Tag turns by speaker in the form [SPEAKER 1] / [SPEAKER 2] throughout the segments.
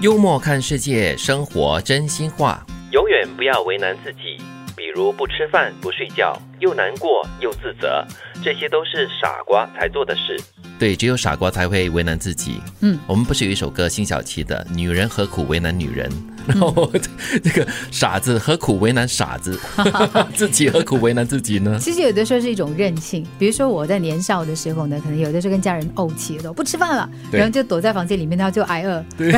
[SPEAKER 1] 幽默看世界，生活真心话。
[SPEAKER 2] 永远不要为难自己，比如不吃饭、不睡觉，又难过又自责，这些都是傻瓜才做的事。
[SPEAKER 1] 对，只有傻瓜才会为难自己。
[SPEAKER 3] 嗯，
[SPEAKER 1] 我们不是有一首歌辛晓琪的《女人何苦为难女人》，
[SPEAKER 3] 嗯
[SPEAKER 1] 然后这个傻子何苦为难傻 子，自己何苦为难自己呢？
[SPEAKER 3] 其实有的时候是一种任性，比如说我在年少的时候呢，可能有的时候跟家人怄气了，我不吃饭了，
[SPEAKER 1] 对
[SPEAKER 3] 然后就躲在房间里面，然后就挨饿，
[SPEAKER 1] 对，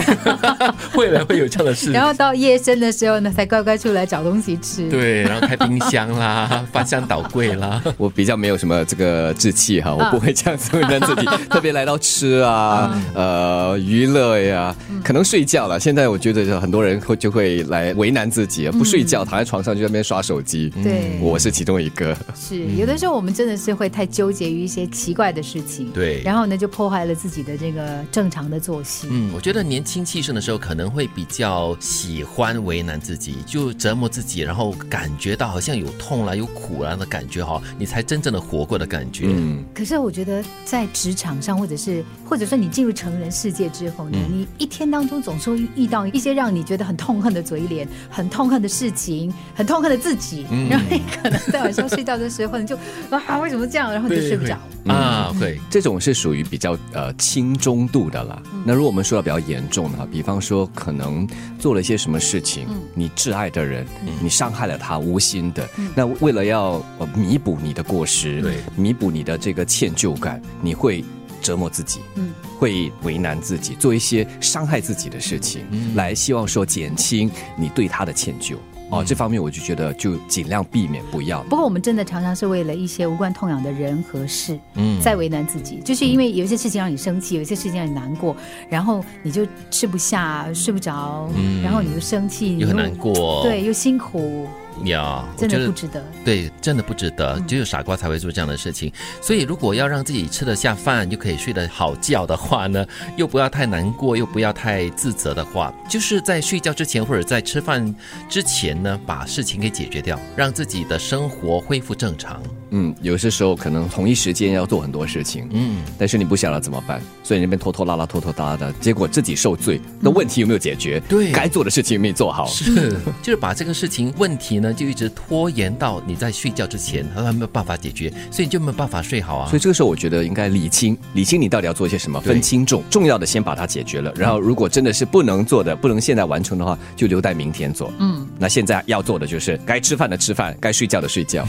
[SPEAKER 1] 未来会有这样的事。
[SPEAKER 3] 然后到夜深的时候呢，才乖乖出来找东西吃。
[SPEAKER 1] 对，然后开冰箱啦，翻箱倒柜啦。
[SPEAKER 4] 我比较没有什么这个志气哈，我不会这样子为难自己，特别来到吃啊，呃，娱乐呀，可能睡觉了。现在我觉得很多人会就会来为难自己，不睡觉，躺在床上就在那边刷手机。
[SPEAKER 1] 嗯
[SPEAKER 3] 对
[SPEAKER 4] 我是其中一个。
[SPEAKER 3] 是有的时候我们真的是会太纠结于一些奇怪的事情，
[SPEAKER 1] 对
[SPEAKER 3] 然后呢就破坏了自己的这个正常的作息。
[SPEAKER 1] 嗯，我觉得年轻气盛的时候可能会比较喜欢为难自己，就折磨自己，然后感觉到好像有痛啦、有苦啦的感觉哈，你才真正的活过的感觉。
[SPEAKER 4] 嗯，
[SPEAKER 3] 可是我觉得在职场上，或者是或者说你进入成人世界之后呢，
[SPEAKER 1] 嗯
[SPEAKER 3] 你一天当中总是会遇到一些让你觉得很痛恨的嘴脸、很痛恨的事情、很痛恨的自己，
[SPEAKER 1] 嗯
[SPEAKER 3] 然后你可能在晚上睡觉的时候，你就啊为什么这样，然后你就睡不着。
[SPEAKER 1] 啊，会。
[SPEAKER 4] 这种是属于比较呃轻中度的啦。那如果我们说到比较严重的话，比方说可能做了一些什么事情，你挚爱的人，你伤害了他，无心的。那为了要呃弥补你的过失，
[SPEAKER 1] 对
[SPEAKER 4] 弥补你的这个歉疚感，你会折磨自己，
[SPEAKER 3] 嗯
[SPEAKER 4] 会为难自己，做一些伤害自己的事情，来希望说减轻你对他的歉疚。哦，这方面我就觉得就尽量避免不要。
[SPEAKER 3] 不过我们真的常常是为了一些无关痛痒的人和事，
[SPEAKER 1] 嗯
[SPEAKER 3] 在为难自己，就是因为有一些事情让你生气，有一些事情让你难过，然后你就吃不下、睡不着，
[SPEAKER 1] 嗯
[SPEAKER 3] 然后你又生气，你
[SPEAKER 1] 又很难过，
[SPEAKER 3] 对，又辛苦，
[SPEAKER 1] 呀，我
[SPEAKER 3] 真
[SPEAKER 1] 觉
[SPEAKER 3] 的
[SPEAKER 1] 得
[SPEAKER 3] 不 值得。
[SPEAKER 1] 对，真的不值得，只有傻瓜才会做这样的事情。所以，如果要让自己吃得下饭，又可以睡得好觉的话呢，又不要太难过，又不要太自责的话，就是在睡觉之前或者在吃饭之前呢，把事情给解决掉，让自己的生活恢复正常。
[SPEAKER 4] 嗯，有些时候可能同一时间要做很多事情，
[SPEAKER 1] 嗯，
[SPEAKER 4] 但是你不想了怎么办？所以你那边拖拖拉拉、拖拖拉拉的，结果自己受罪。那问题有没有解决？
[SPEAKER 1] 对
[SPEAKER 4] 该做的事情没做好。
[SPEAKER 1] 是，就是把这个事情问题呢，就一直拖延到你在睡觉之前，它没有办法解决，所以你就没有办法睡好啊
[SPEAKER 4] 所以。这个时候，我觉得应该理清，理清你到底要做些什么，
[SPEAKER 1] 对嗯
[SPEAKER 4] 分轻重，重要的先把它解决了。然后，如果真的是不能做的，不能现在完成的话，就留待明天做。嗯，那现在要做的就是该吃饭的吃饭，该睡觉的睡觉，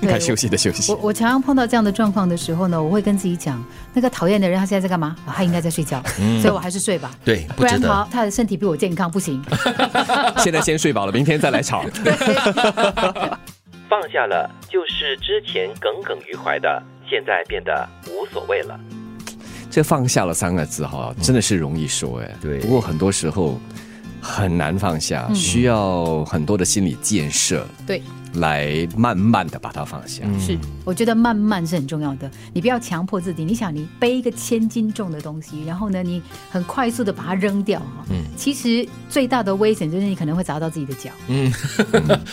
[SPEAKER 3] 对
[SPEAKER 4] 该休息的休息
[SPEAKER 3] 我。我常常碰到这样的状况的时候呢，我会跟自己讲，那个讨厌的人他现在在 干嘛？啊他应该在睡觉，所以我还是睡吧。
[SPEAKER 1] 对，
[SPEAKER 3] 不
[SPEAKER 1] 嗯不值
[SPEAKER 3] 然
[SPEAKER 1] 得。
[SPEAKER 3] 的话，他的身体比我健康，不行。
[SPEAKER 4] 现在先睡饱了，明天再来吵。
[SPEAKER 2] 放下了，就是之前耿耿于怀的，现在变得无所谓了。
[SPEAKER 4] 这“放下了”三个字哈，真的是容易说哎。
[SPEAKER 1] 嗯对嗯
[SPEAKER 4] 不过很多时候很难放下，需要很多的心理建设
[SPEAKER 3] 对，
[SPEAKER 4] 来慢慢的把它放下。
[SPEAKER 1] 嗯
[SPEAKER 3] 是，嗯我觉得慢慢是很重要的。你不要强迫自己。你想，你背一个千斤重的东西，然后呢，你很快速的把它扔掉哈。
[SPEAKER 1] 嗯
[SPEAKER 3] 其实最大的危险就是你可能会砸到自己的脚。
[SPEAKER 1] 嗯，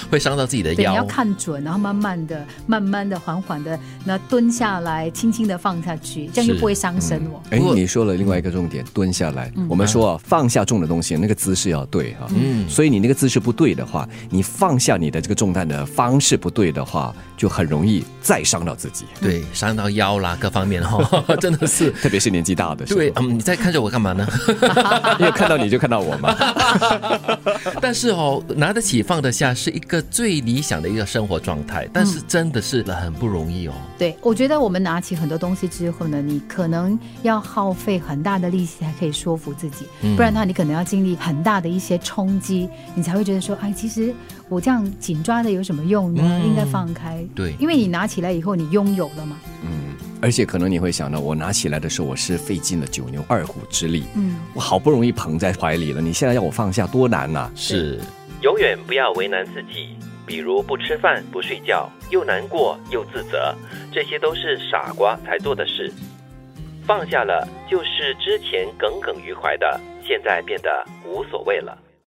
[SPEAKER 1] 会伤到自己的
[SPEAKER 3] 对，
[SPEAKER 1] 腰。
[SPEAKER 3] 你要看准，然后慢慢的、慢慢的、缓缓的，那蹲下来，轻轻的放下去，这样就是不会伤身哦。
[SPEAKER 4] 哎
[SPEAKER 1] 不过，
[SPEAKER 4] 你说了另外一个重点，蹲下来。我们说啊，放下重的东西，那个姿势要对哈。
[SPEAKER 1] 嗯
[SPEAKER 4] 所以你那个姿势不对的话，你放下你的这个重担的方式不对的话，就很容易再伤到自己，
[SPEAKER 1] 对，伤到腰啦，各方面哦， 真的是。
[SPEAKER 4] 特别是年纪大的时候。
[SPEAKER 1] 对，嗯，你在看着我干嘛呢？
[SPEAKER 4] 因为看到你就看到我嘛。
[SPEAKER 1] 但是哦，拿得起放得下是一个最理想的一个生活状态，但
[SPEAKER 3] 嗯
[SPEAKER 1] 是真的是很不容易哦。
[SPEAKER 3] 对，我觉得我们拿起很多东西之后呢，你可能要耗费很大的力气才可以说服自己，
[SPEAKER 1] 嗯
[SPEAKER 3] 不然的话，你可能要经历很大的一些冲击，你才会觉得说，哎，其实我这样紧抓着有什么用呢？
[SPEAKER 1] 嗯
[SPEAKER 3] 应该放开。
[SPEAKER 1] 对
[SPEAKER 3] 因为你拿起来以后，你拥有了嘛。
[SPEAKER 4] 而且可能你会想到，我拿起来的时候，我是费尽了九牛二虎之力，
[SPEAKER 3] 嗯，
[SPEAKER 4] 我好不容易捧在怀里了，你现在要我放下多难呐、
[SPEAKER 1] 是，
[SPEAKER 2] 永远不要为难自己，比如不吃饭、不睡觉，又难过又自责，这些都是傻瓜才做的事。放下了，就是之前耿耿于怀的，现在变得无所谓了。